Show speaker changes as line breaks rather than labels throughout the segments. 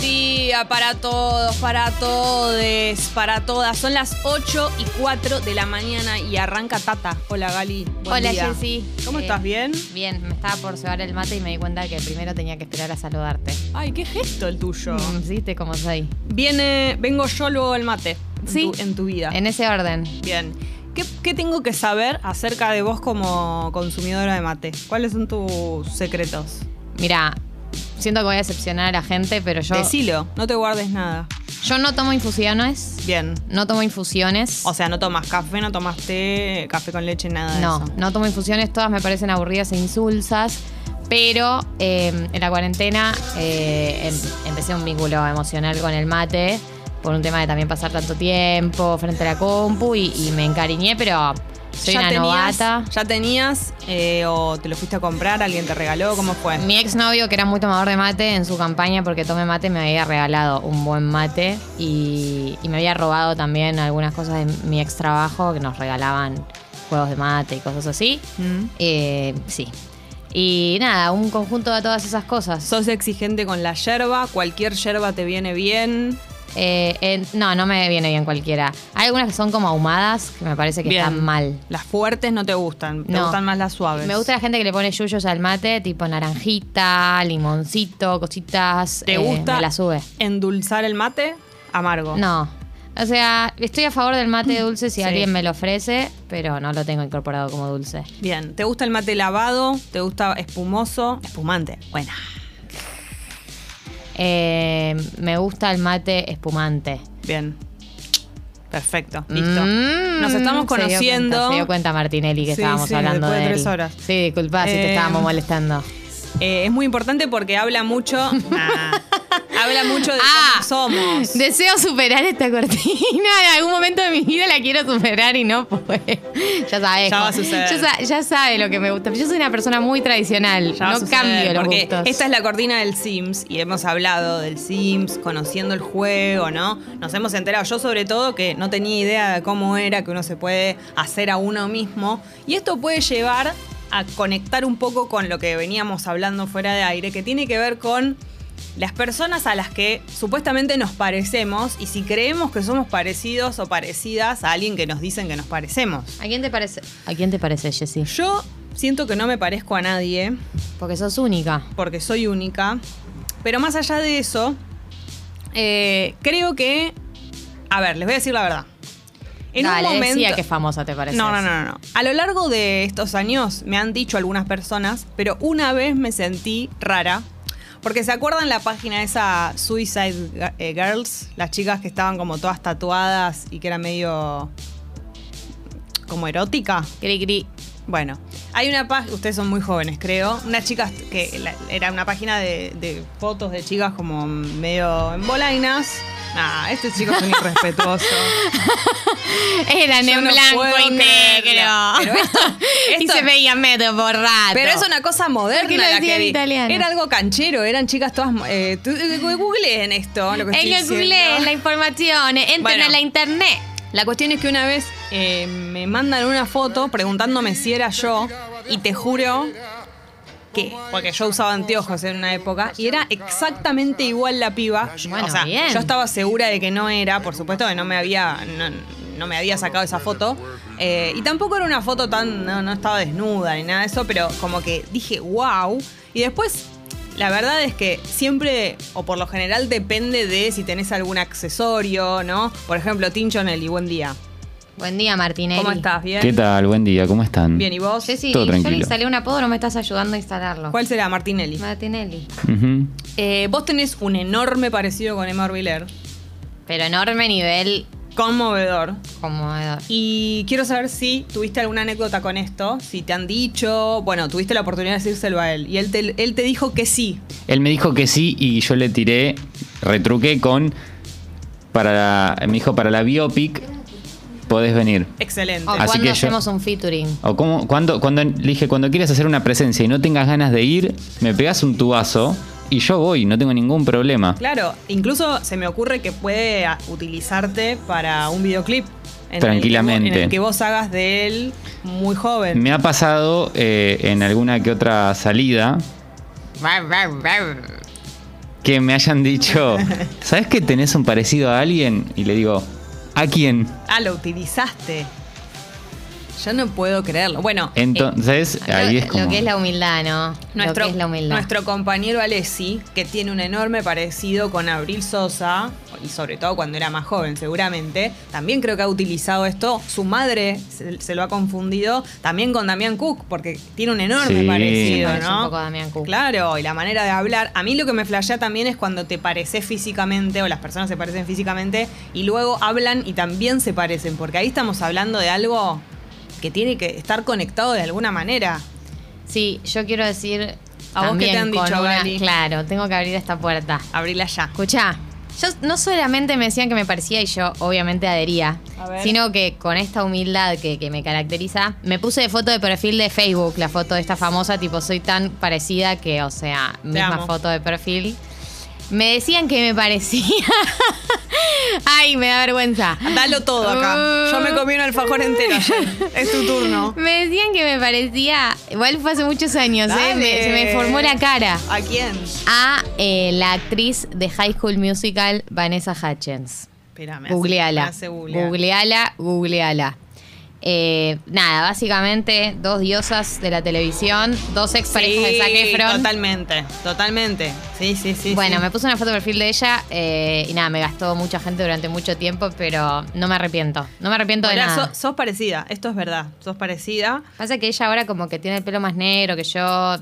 día para todos, para todes, para todas. Son las 8 y 4 de la mañana y arranca Tata. Hola Gali. buen
Hola
día.
Jessy.
¿Cómo
Eh,
estás? ¿Bien?
Bien, me estaba por cebar el mate y me di cuenta que primero tenía que esperar a saludarte.
Ay, qué gesto el tuyo.
Mm, Sí, te como soy.
Viene, vengo yo luego el mate. en
Sí.
tu- en tu vida.
En ese orden.
Bien. ¿Qué, qué tengo que saber acerca de vos como consumidora de mate? ¿Cuáles son tus secretos?
Mira, siento que voy a decepcionar a la gente, pero yo,
Decilo, no te guardes nada.
yo no tomo infusiones.
Bien.
No tomo infusiones.
O sea, no tomas café, no tomas té, café con leche, nada de
no,
eso.
no tomo infusiones. Todas me parecen aburridas e insulsas. Pero eh, en la cuarentena eh, em- empecé un vínculo emocional con el mate. Por un tema de también pasar tanto tiempo frente a la compu y, y me encariñé, pero soy una
tenías,
novata.
¿Ya tenías eh, o te lo fuiste a comprar? ¿Alguien te regaló? ¿Cómo fue?
Mi exnovio, que era muy tomador de mate, en su campaña porque tome mate me había regalado un buen mate y, y me había robado también algunas cosas de mi ex trabajo que nos regalaban juegos de mate y cosas así.
Mm.
Eh, sí. Y nada, un conjunto de todas esas cosas.
¿Sos exigente con la yerba? ¿Cualquier yerba te viene bien?
Eh, eh, no, no me viene bien cualquiera. Hay algunas que son como ahumadas que me parece que
Bien.
están mal.
Las fuertes no te gustan, te
No.
gustan más las suaves.
Me gusta la gente que le pone yuyos al mate, tipo naranjita, limoncito, cositas.
¿Te
eh,
gusta?
Me la sube.
¿Endulzar el mate? Amargo.
No. O sea, estoy a favor del mate dulce
Sí.
si alguien me lo ofrece, pero no lo tengo incorporado como dulce.
Bien, ¿te gusta el mate lavado? ¿Te gusta espumoso? Espumante. Buena.
Eh, me gusta el mate espumante.
Bien. Perfecto, listo.
Mm,
Nos estamos
se dio
conociendo.
cuenta, Se dio cuenta Martinelli que
Sí,
estábamos
sí,
hablando
después de
él.
tres horas.
Sí, disculpa si
Eh,
te estábamos molestando.
Eh, es muy importante porque habla mucho. Nah. habla mucho de
Ah.
cómo somos.
Deseo superar esta cortina. En algún momento de mi vida la quiero superar y no puedo. Ya sabes.
Ya va a
cómo-
suceder.
Ya, sa- ya sabe lo que me gusta. Yo soy una persona muy tradicional.
Ya va a
no
suceder,
cambio los
Porque
gustos.
esta es la cortina del Sims y hemos hablado del Sims, conociendo el juego, ¿no? Nos hemos enterado, yo sobre todo, que no tenía idea de cómo era que uno se puede hacer a uno mismo. Y esto puede llevar a conectar un poco con lo que veníamos hablando fuera de aire, que tiene que ver con las personas a las que supuestamente nos parecemos y si creemos que somos parecidos o parecidas a alguien que nos dicen que nos parecemos.
¿A quién te parece? ¿A quién te parece, Jessy?
Yo siento que no me parezco a nadie.
Porque sos única.
porque soy única. Pero más allá de eso, eh, creo que. A ver, les voy a decir la verdad. En
Dale,
un momento.
decía que famosa te parece.
no, no, no, no. A lo largo de estos años me han dicho algunas personas, pero una vez me sentí rara. Porque se acuerdan la página esa Suicide Gu- eh, Girls, las chicas que estaban como todas tatuadas y que era medio. como erótica.
Cri, cri.
Bueno, hay una página, ustedes son muy jóvenes, creo. Unas chicas que la- era una página de, de fotos de chicas como medio en bolainas. Ah, este chico es un irrespetuoso.
Eran
Yo
en
no
blanco
puedo
y negro.
creerlo. Pero esto-
y
esto-
se veía medio borrado.
Pero es una cosa
¿Por qué
moderna
lo
la
decía
que
en
vi.
italiano?
Era algo canchero, eran chicas todas. Eh, tú- eh, googleen esto, lo que estoy
En
diciendo.
Google, la información, entren
Bueno.
a la internet.
La cuestión es que una vez eh, me mandan una foto preguntándome si era yo y te juro que, porque yo usaba anteojos en una época y era exactamente igual la piba. Yo-
Bueno,
o sea,
bien.
yo estaba segura de que no era, por supuesto que no me había, no, no me había sacado esa foto. Eh, y tampoco era una foto tan, no, no estaba desnuda ni nada de eso, pero como que dije, wow. Y después la verdad es que siempre, o por lo general, depende de si tenés algún accesorio, ¿no? Por ejemplo, Tincho Nelly, buen día.
Buen día, Martinelli.
¿Cómo estás? ¿Bien?
¿Qué tal? Buen día, ¿cómo están?
Bien, ¿y vos?
Jessy,
Todo
yo le
tranquilo.
instalé un apodo, no me estás ayudando a instalarlo.
¿Cuál será, Martinelli?
Martinelli.
Ujú.
Eh, vos tenés un enorme parecido con Emma Orbiler,
Pero enorme nivel
conmovedor.
como... eh,
Y quiero saber si tuviste alguna anécdota con esto, si te han dicho, bueno, tuviste la oportunidad de decírselo a él. Y él te, él te dijo que sí.
Él me dijo que sí y yo le tiré, retruqué con. Para la- me dijo, para la biopic podés venir.
Excelente.
O
Así
cuando
que yo-
hacemos un featuring.
O como, cuando, cuando le dije, cuando quieras hacer una presencia y no tengas ganas de ir, me pegas un tubazo y yo voy, no tengo ningún problema.
Claro, incluso se me ocurre que puede a- utilizarte para un videoclip. en el que vo-
Tranquilamente.
en el que vos hagas de él muy joven.
Me ha pasado eh, en alguna que otra salida que me hayan dicho, ¿sabes que tenés un parecido a alguien? Y le digo, ¿a quién?
Ah, lo utilizaste. Yo no puedo creerlo. Bueno, eh,
Entonces, ahí
lo,
es como...
lo que es la humildad, ¿no? lo
nuestro,
que es la humildad.
nuestro compañero Alessi, que tiene un enorme parecido con Abril Sosa, y sobre todo cuando era más joven seguramente, también creo que ha utilizado esto. Su madre se, se lo ha confundido también con Damián Cook, porque tiene un enorme
Sí.
parecido,
Parece
¿no?
un poco a Damián Cook.
Claro, y la manera de hablar. A mí lo que me flashea también es cuando te pareces físicamente o las personas se parecen físicamente y luego hablan y también se parecen, porque ahí estamos hablando de algo que tiene que estar conectado de alguna manera.
Sí, yo quiero decir.
¿A vos qué te
también
han
con
dicho,
una-
Gali?
Claro, tengo que abrir esta puerta.
Abrirla ya.
Escucha, yo no solamente me decían que me parecía y yo obviamente adhería,
A ver.
sino que con esta humildad que, que me caracteriza, me puse de foto de perfil de Facebook, la foto de esta famosa, tipo soy tan parecida que, o sea, misma
amo.
foto de perfil. Me decían que me parecía. Ay, me da vergüenza.
Dalo todo acá. Yo me comí un alfajor entero ayer. Es tu turno.
Me decían que me parecía. Igual fue hace muchos años, ¿eh? Me-
Dale.
se me formó la cara.
¿A quién?
A eh, la actriz de High School Musical, Vanessa Hutchins.
Espérame.
Googleala.
Google.
Googleala, googleala. Eh, nada, básicamente dos diosas de la televisión, dos exparejas de Zac Efron.
totalmente, totalmente. Sí, sí, sí.
bueno,
sí.
me puse una foto de perfil de ella eh, y nada, me gastó mucha gente durante mucho tiempo, pero no me arrepiento. No me arrepiento
Ahora,
de nada.
so- sos parecida, esto es verdad. Sos parecida.
Pasa que ella ahora como que tiene el pelo más negro que yo,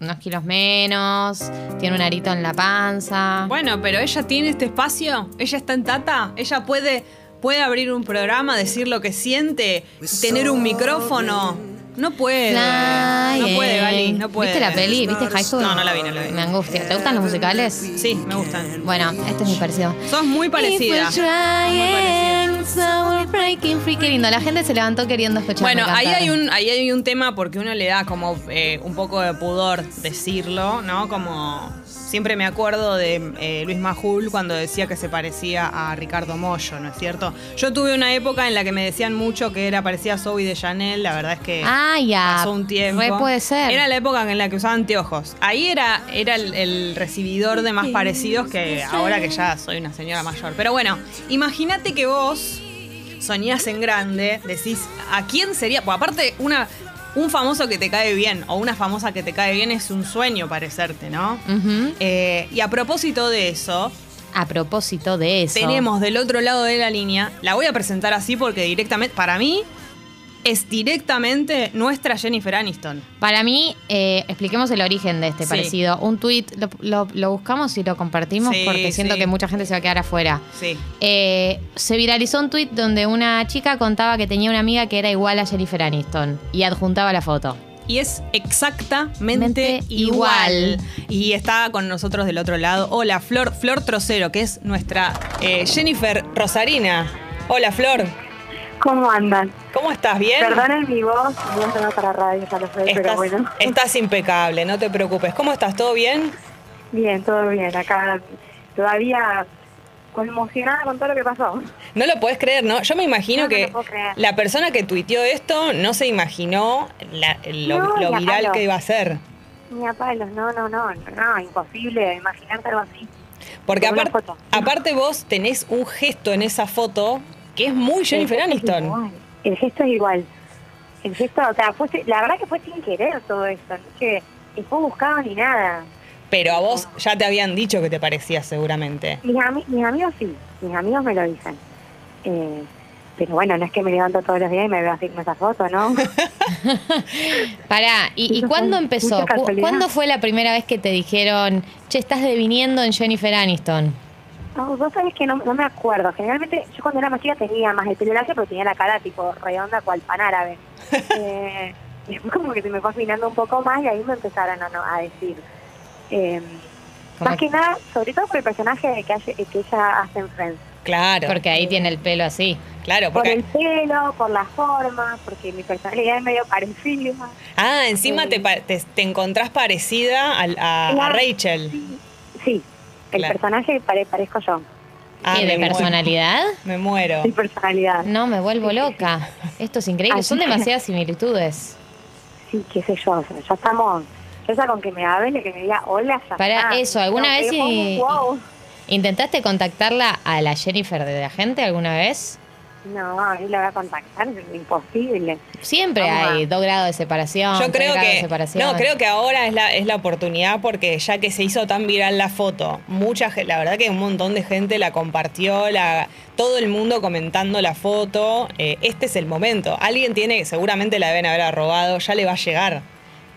unos kilos menos, tiene un arito en la panza.
Bueno, pero ella tiene este espacio, ella está en Tata, ella puede, puede abrir un programa, decir lo que siente, tener un micrófono. No puede. No
Flying.
puede, Gali, no puede.
¿Viste la peli? ¿Viste High School?
No, no la vi, no la vi.
Me angustia. ¿Te gustan los musicales?
Sí, me gustan.
Bueno, este es mi parecido.
Sos muy parecida.
If we're trying, so we're breaking free. Qué lindo, la gente se levantó queriendo escuchar.
Bueno, ahí hay, un, ahí hay un tema porque uno le da como eh, un poco de pudor decirlo, ¿no? Como siempre me acuerdo de eh, Luis Majul cuando decía que se parecía a Ricardo Mollo, ¿no es cierto? Yo tuve una época en la que me decían mucho que era parecía a Zoe de Chanel, la verdad es que
Ah, ya.
pasó un tiempo.
Re puede ser.
Era la época en la que usaba anteojos. Ahí era, era el, el recibidor de más parecidos que ahora que ya soy una señora mayor. Pero bueno, imagínate que vos soñás en grande, decís, ¿a quién sería? Pues aparte, una, un famoso que te cae bien o una famosa que te cae bien es un sueño parecerte, ¿no?
Ujú.
Eh, y a propósito de eso,
A propósito de eso.
tenemos del otro lado de la línea, la voy a presentar así porque directamente, para mí, es directamente nuestra Jennifer Aniston.
Para mí, eh, expliquemos el origen de este
Sí.
parecido. Un tuit, lo, lo- lo buscamos y lo compartimos
Sí,
porque siento
sí.
que mucha gente se va a quedar afuera.
Sí.
Eh, se viralizó un tuit donde una chica contaba que tenía una amiga que era igual a Jennifer Aniston y adjuntaba la foto.
Y es exactamente
Mente
igual.
igual.
Y está con nosotros del otro lado. Hola, Flor, Flor Trocero, que es nuestra eh, Jennifer Rosarina. Hola, Flor.
¿Cómo andan?
¿Cómo estás? ¿Bien?
Perdonen mi voz, no tengo para radio, ya lo sé, pero
Estás,
bueno.
estás impecable, no te preocupes. ¿Cómo estás? ¿Todo bien?
Bien, todo bien. Acá todavía conmocionada con todo lo que pasó.
No lo puedes creer, ¿no? Yo me imagino
No, no
que
lo puedo creer.
la persona que tuiteó esto no se imaginó la- lo,
No,
lo
ni a
viral
palo.
que iba a ser.
Ni a palos, no, no, no, no, no, imposible imaginarte algo así.
Porque
Con una
aparte,
foto.
aparte vos tenés un gesto en esa foto que es muy Jennifer
El gesto es
Aniston.
igual, El gesto es igual. El gesto, o sea, fue, la verdad que fue sin querer todo esto, no es que ni fue buscado ni nada.
Pero a vos ya te habían dicho que te parecía seguramente.
Mis, ami- mis amigos sí, mis amigos me lo dicen. Eh, pero bueno, no es que me levanto todos los días y me veo así con esa foto, ¿no?
Pará, ¿y, y
Eso
cuándo
fue
empezó?
mucha
¿Cu-
casualidad.
¿Cuándo fue la primera vez que te dijeron, che, estás deviniendo en Jennifer Aniston?
No, vos sabés que no, no me acuerdo. Generalmente yo cuando era más chica tenía más el pelo largo, pero tenía la cara tipo redonda cual pan árabe. Eh, y después como que se me fue afinando un poco más y ahí me empezaron a, no- a decir. Eh,
Como-
más que nada, sobre todo por el personaje que, hace- que ella hace en Friends.
Claro,
Porque ahí tiene el pelo así.
claro,
Por
porque
el pelo, por la forma, porque mi personalidad es medio parecida.
ah, encima te, pa- te, te encontrás parecida al- a, a
Claro.
Rachel.
Sí, el
Claro.
personaje pare- parezco yo,
Ah,
¿Qué, de
me muero.
personalidad?
Me muero.
mi personalidad.
No, me vuelvo loca. Esto es increíble.
Así
Son
que-
demasiadas similitudes.
Sí, qué sé yo, o sea, ya estamos, ya sorpresa con que me hable, que me diga hola, ya
Para
está.
eso, ¿alguna
No,
vez
que fue
y-
un wow.
¿Intentaste contactarla a la Jennifer de la gente alguna vez?
No, él la va a contactar, es imposible.
Siempre
Vamos
hay dos grados de separación.
Yo
tres
creo
grados de
que.
separación.
No, creo que ahora es la, es la oportunidad porque ya que se hizo tan viral la foto, mucha ge- la verdad que un montón de gente la compartió, la, todo el mundo comentando la foto. eh, este es el momento. Alguien tiene, seguramente la deben haber robado, ya le va a llegar.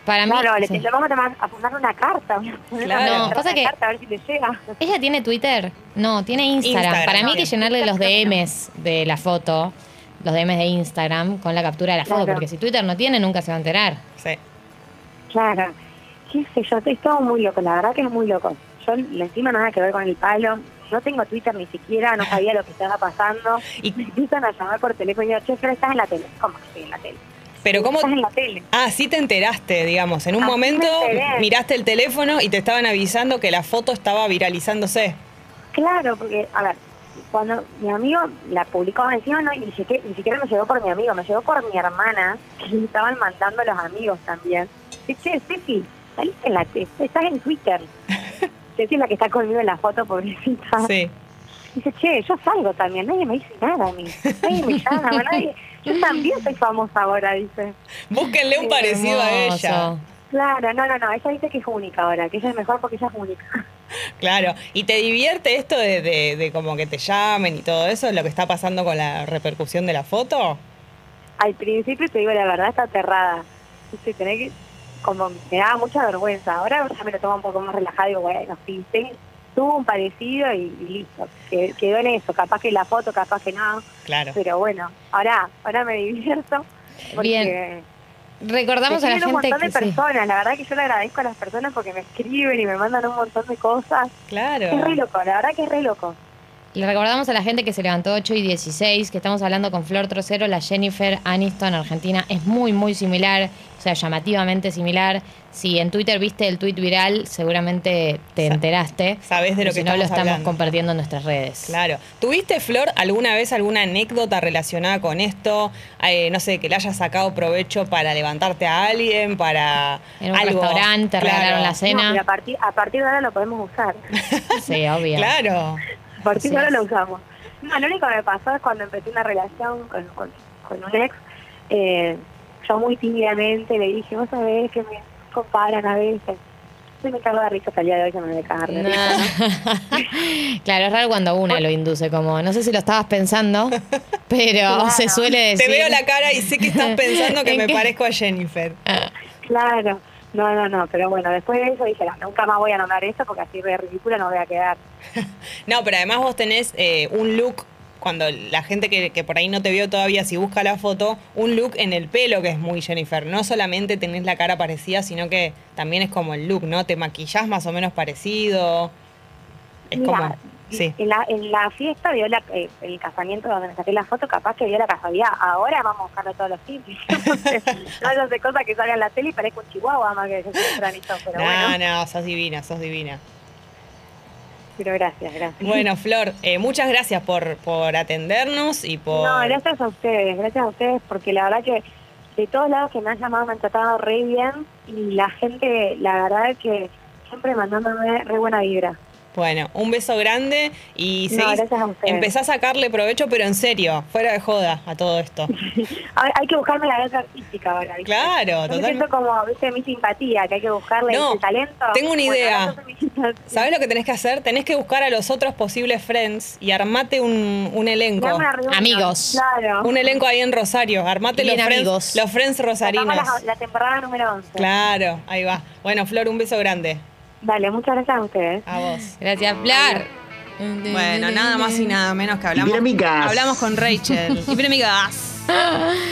Para mí.
Claro, le,
sí.
le vamos a, tomar- a mandar una carta. una- una-
Claro.
No,
una
pasa que-
carta, a ver si le llega.
¿Ella tiene Twitter? No, tiene Instagram.
Instagram,
Para mí hay que
sí.
llenarle los DMs de la foto, los DMs de Instagram con la captura de la foto,
Claro.
porque si Twitter no tiene, nunca se va a enterar.
Sí.
Claro. Qué sé yo, es todo muy loco, la verdad que es muy loco. Yo le- encima nada que ver con el palo. No tengo Twitter ni siquiera, no sabía lo que estaba pasando.
Y-
Y me empiezan a llamar por teléfono y yo, che, pero estás en la tele. ¿Cómo que estoy en la tele?
Pero ¿cómo.?
Estás en la tele.
Ah, sí te enteraste, digamos. En un
Así Ah, me
momento
enteré.
miraste el teléfono y te estaban avisando que la foto estaba viralizándose.
Claro, porque, a ver, cuando mi amigo la publicó, encima no, y ni siquiera, ni siquiera me llegó por mi amigo, me llegó por mi hermana, que le estaban mandando los amigos también. Y, Che, Ceci, saliste en la tele, estás en Twitter. Ceci es la que está conmigo en la foto, pobrecita.
Sí.
Dice, che, yo salgo también, nadie me dice nada a mí, nadie me llama, nadie... Yo también soy famosa ahora, dice.
Búsquenle un
Qué
parecido a ella.
Hermoso.
Claro, no, no, no, ella dice que es única ahora, que ella es mejor porque ella es única.
Claro, y te divierte esto de, de- de como que te llamen y todo eso, lo que está pasando con la repercusión de la foto.
Al principio, te digo la verdad, está aterrada. Dice, tenés que... Como me daba mucha vergüenza, ahora ya me lo tomo un poco más relajado, digo, bueno, sí, ten- tuvo un parecido y, y listo. Que- Quedó en eso, capaz que la foto, capaz que no,
Claro.
pero bueno, ahora, ahora me divierto. Porque
Bien. Recordamos
Me
a la
escriben
gente
un montón
que.
de
sí.
personas, la verdad que yo le agradezco a las personas porque me escriben y me mandan un montón de cosas. Es re
Claro.
loco, la verdad que es re loco.
Le recordamos a la gente que se levantó 8 y 16, que estamos hablando con Flor Trocero, la Jennifer Aniston argentina. Es muy, muy similar, o sea, llamativamente similar. Si en Twitter viste el tweet viral, seguramente te
Sa-
enteraste.
sabés de lo
Y
que
si no, lo
estamos
estamos
hablando.
compartiendo en nuestras redes.
Claro. ¿Tuviste, Flor, alguna vez alguna anécdota relacionada con esto? Eh, no sé, que le hayas sacado provecho para levantarte a alguien, para
En un
algo.
restaurante,
Claro.
regalaron la
No,
cena.
pero a, partir, a partir de ahora lo podemos usar.
Sí, obvio.
Claro.
A partir
Así
de ahora
es.
lo usamos. No, lo único que me pasó es cuando empecé una relación con, con, con un ex, eh, yo muy tímidamente le dije, vos sabés que me comparan a veces. Yo me cago de risa hasta el día de hoy, yo me voy a cagar de
No.
risa.
claro, es raro cuando una lo induce, como no sé si lo estabas pensando, pero se suele decir.
Te veo la cara y sé que estás pensando que
Eh, ¿En
me
qué?
parezco a Jennifer.
Claro. No, no, no, pero bueno, después de eso dije, no, nunca más voy a nombrar esto porque así de ridícula no voy a quedar.
No, pero además vos tenés eh, un look, cuando la gente que, que por ahí no te vio todavía, si busca la foto, un look en el pelo que es muy Jennifer. No solamente tenés la cara parecida, sino que también es como el look, ¿no? Te maquillás más o menos parecido. Es
Mira,
como. Sí.
En la, en la fiesta vio la, eh, el casamiento donde me saqué la foto, capaz que vio la casualidad. Ahora vamos a buscarlo todos los sitios. no yo sé cosas que salgan en la tele y parezco un chihuahua más que yo soy un granito, pero
No,
bueno.
no, sos divina, sos divina.
Pero gracias, gracias.
Bueno, Flor, eh, muchas gracias por, por atendernos y por.
No, gracias a ustedes, gracias a ustedes, porque la verdad que de todos lados que me han llamado me han tratado re bien y la gente, la verdad que siempre mandándome re buena vibra.
Bueno, un beso grande y
no,
seguís-
gracias a ustedes.
empezá a sacarle provecho, pero en serio, fuera de joda a todo esto.
Ahora hay que buscarme la letra artística ahora. ¿viste?
Claro,
Yo me siento
totalmente.
como, viste, mi simpatía, que hay que buscarle
No,
el talento.
tengo una
Bueno,
idea.
ahora yo soy mi simpatía.
¿Sabes lo que tenés que hacer? Tenés que buscar a los otros posibles friends y armate un, un elenco.
Dame una reunión.
Amigos.
Claro.
Un elenco ahí en Rosario. Armate los
Bien
friends,
amigos.
los friends rosarinos.
Sacamos La, la temporada número 11.
Claro, ahí va. Bueno, Flor, un beso grande.
Dale, muchas gracias a ustedes.
A vos.
Gracias, Flor.
Bueno, nada más y nada menos que hablamos.
hablamos- Iberoamigas.
Hablamos
hablamos
con Rachel. Y
Qué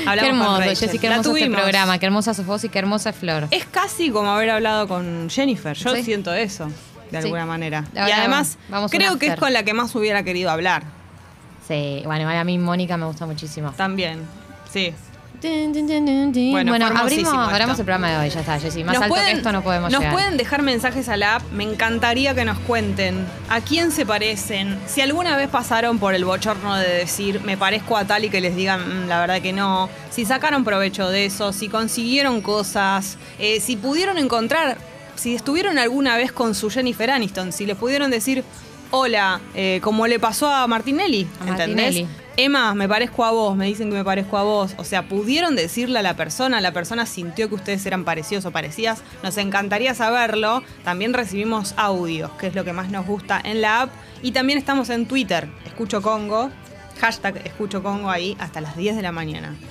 Hablamos
hermoso,
con Rachel.
Jessy, qué
La
hermoso este
tuvimos. Eh.
programa, qué hermosa su voz y qué hermosa Flor.
Es casi como haber hablado con Jennifer. Yo
Sí.
siento eso, de
Sí.
alguna manera. y
Ahora
además,
vamos a un
creo que es
after.
con la que más hubiera querido hablar
Sí, bueno, a mí Mónica me gusta muchísimo.
también. Sí.
Bueno,
fue hermosísimo
abrimos,
esto.
abramos el programa de hoy, ya está, Jessy. Más alto que esto no podemos
nos
llegar.
pueden dejar mensajes a la app. Me encantaría que nos cuenten a quién se parecen. Si alguna vez pasaron por el bochorno de decir me parezco a tal y que les digan "Mm, la verdad que no. Si sacaron provecho de eso, si consiguieron cosas, eh, si pudieron encontrar si estuvieron alguna vez con su Jennifer Aniston, si le pudieron decir, hola, eh, como le pasó a Martinelli,
A
¿entendés?
Martinelli.
Emma, me parezco a vos, me dicen que me parezco a vos. O sea, pudieron decirle a la persona, la persona sintió que ustedes eran parecidos o parecidas. Nos encantaría saberlo. También recibimos audios, que es lo que más nos gusta en la app. Y también estamos en Twitter, Escucho Congo, hashtag Escucho Congo ahí, hasta las 10 de la mañana.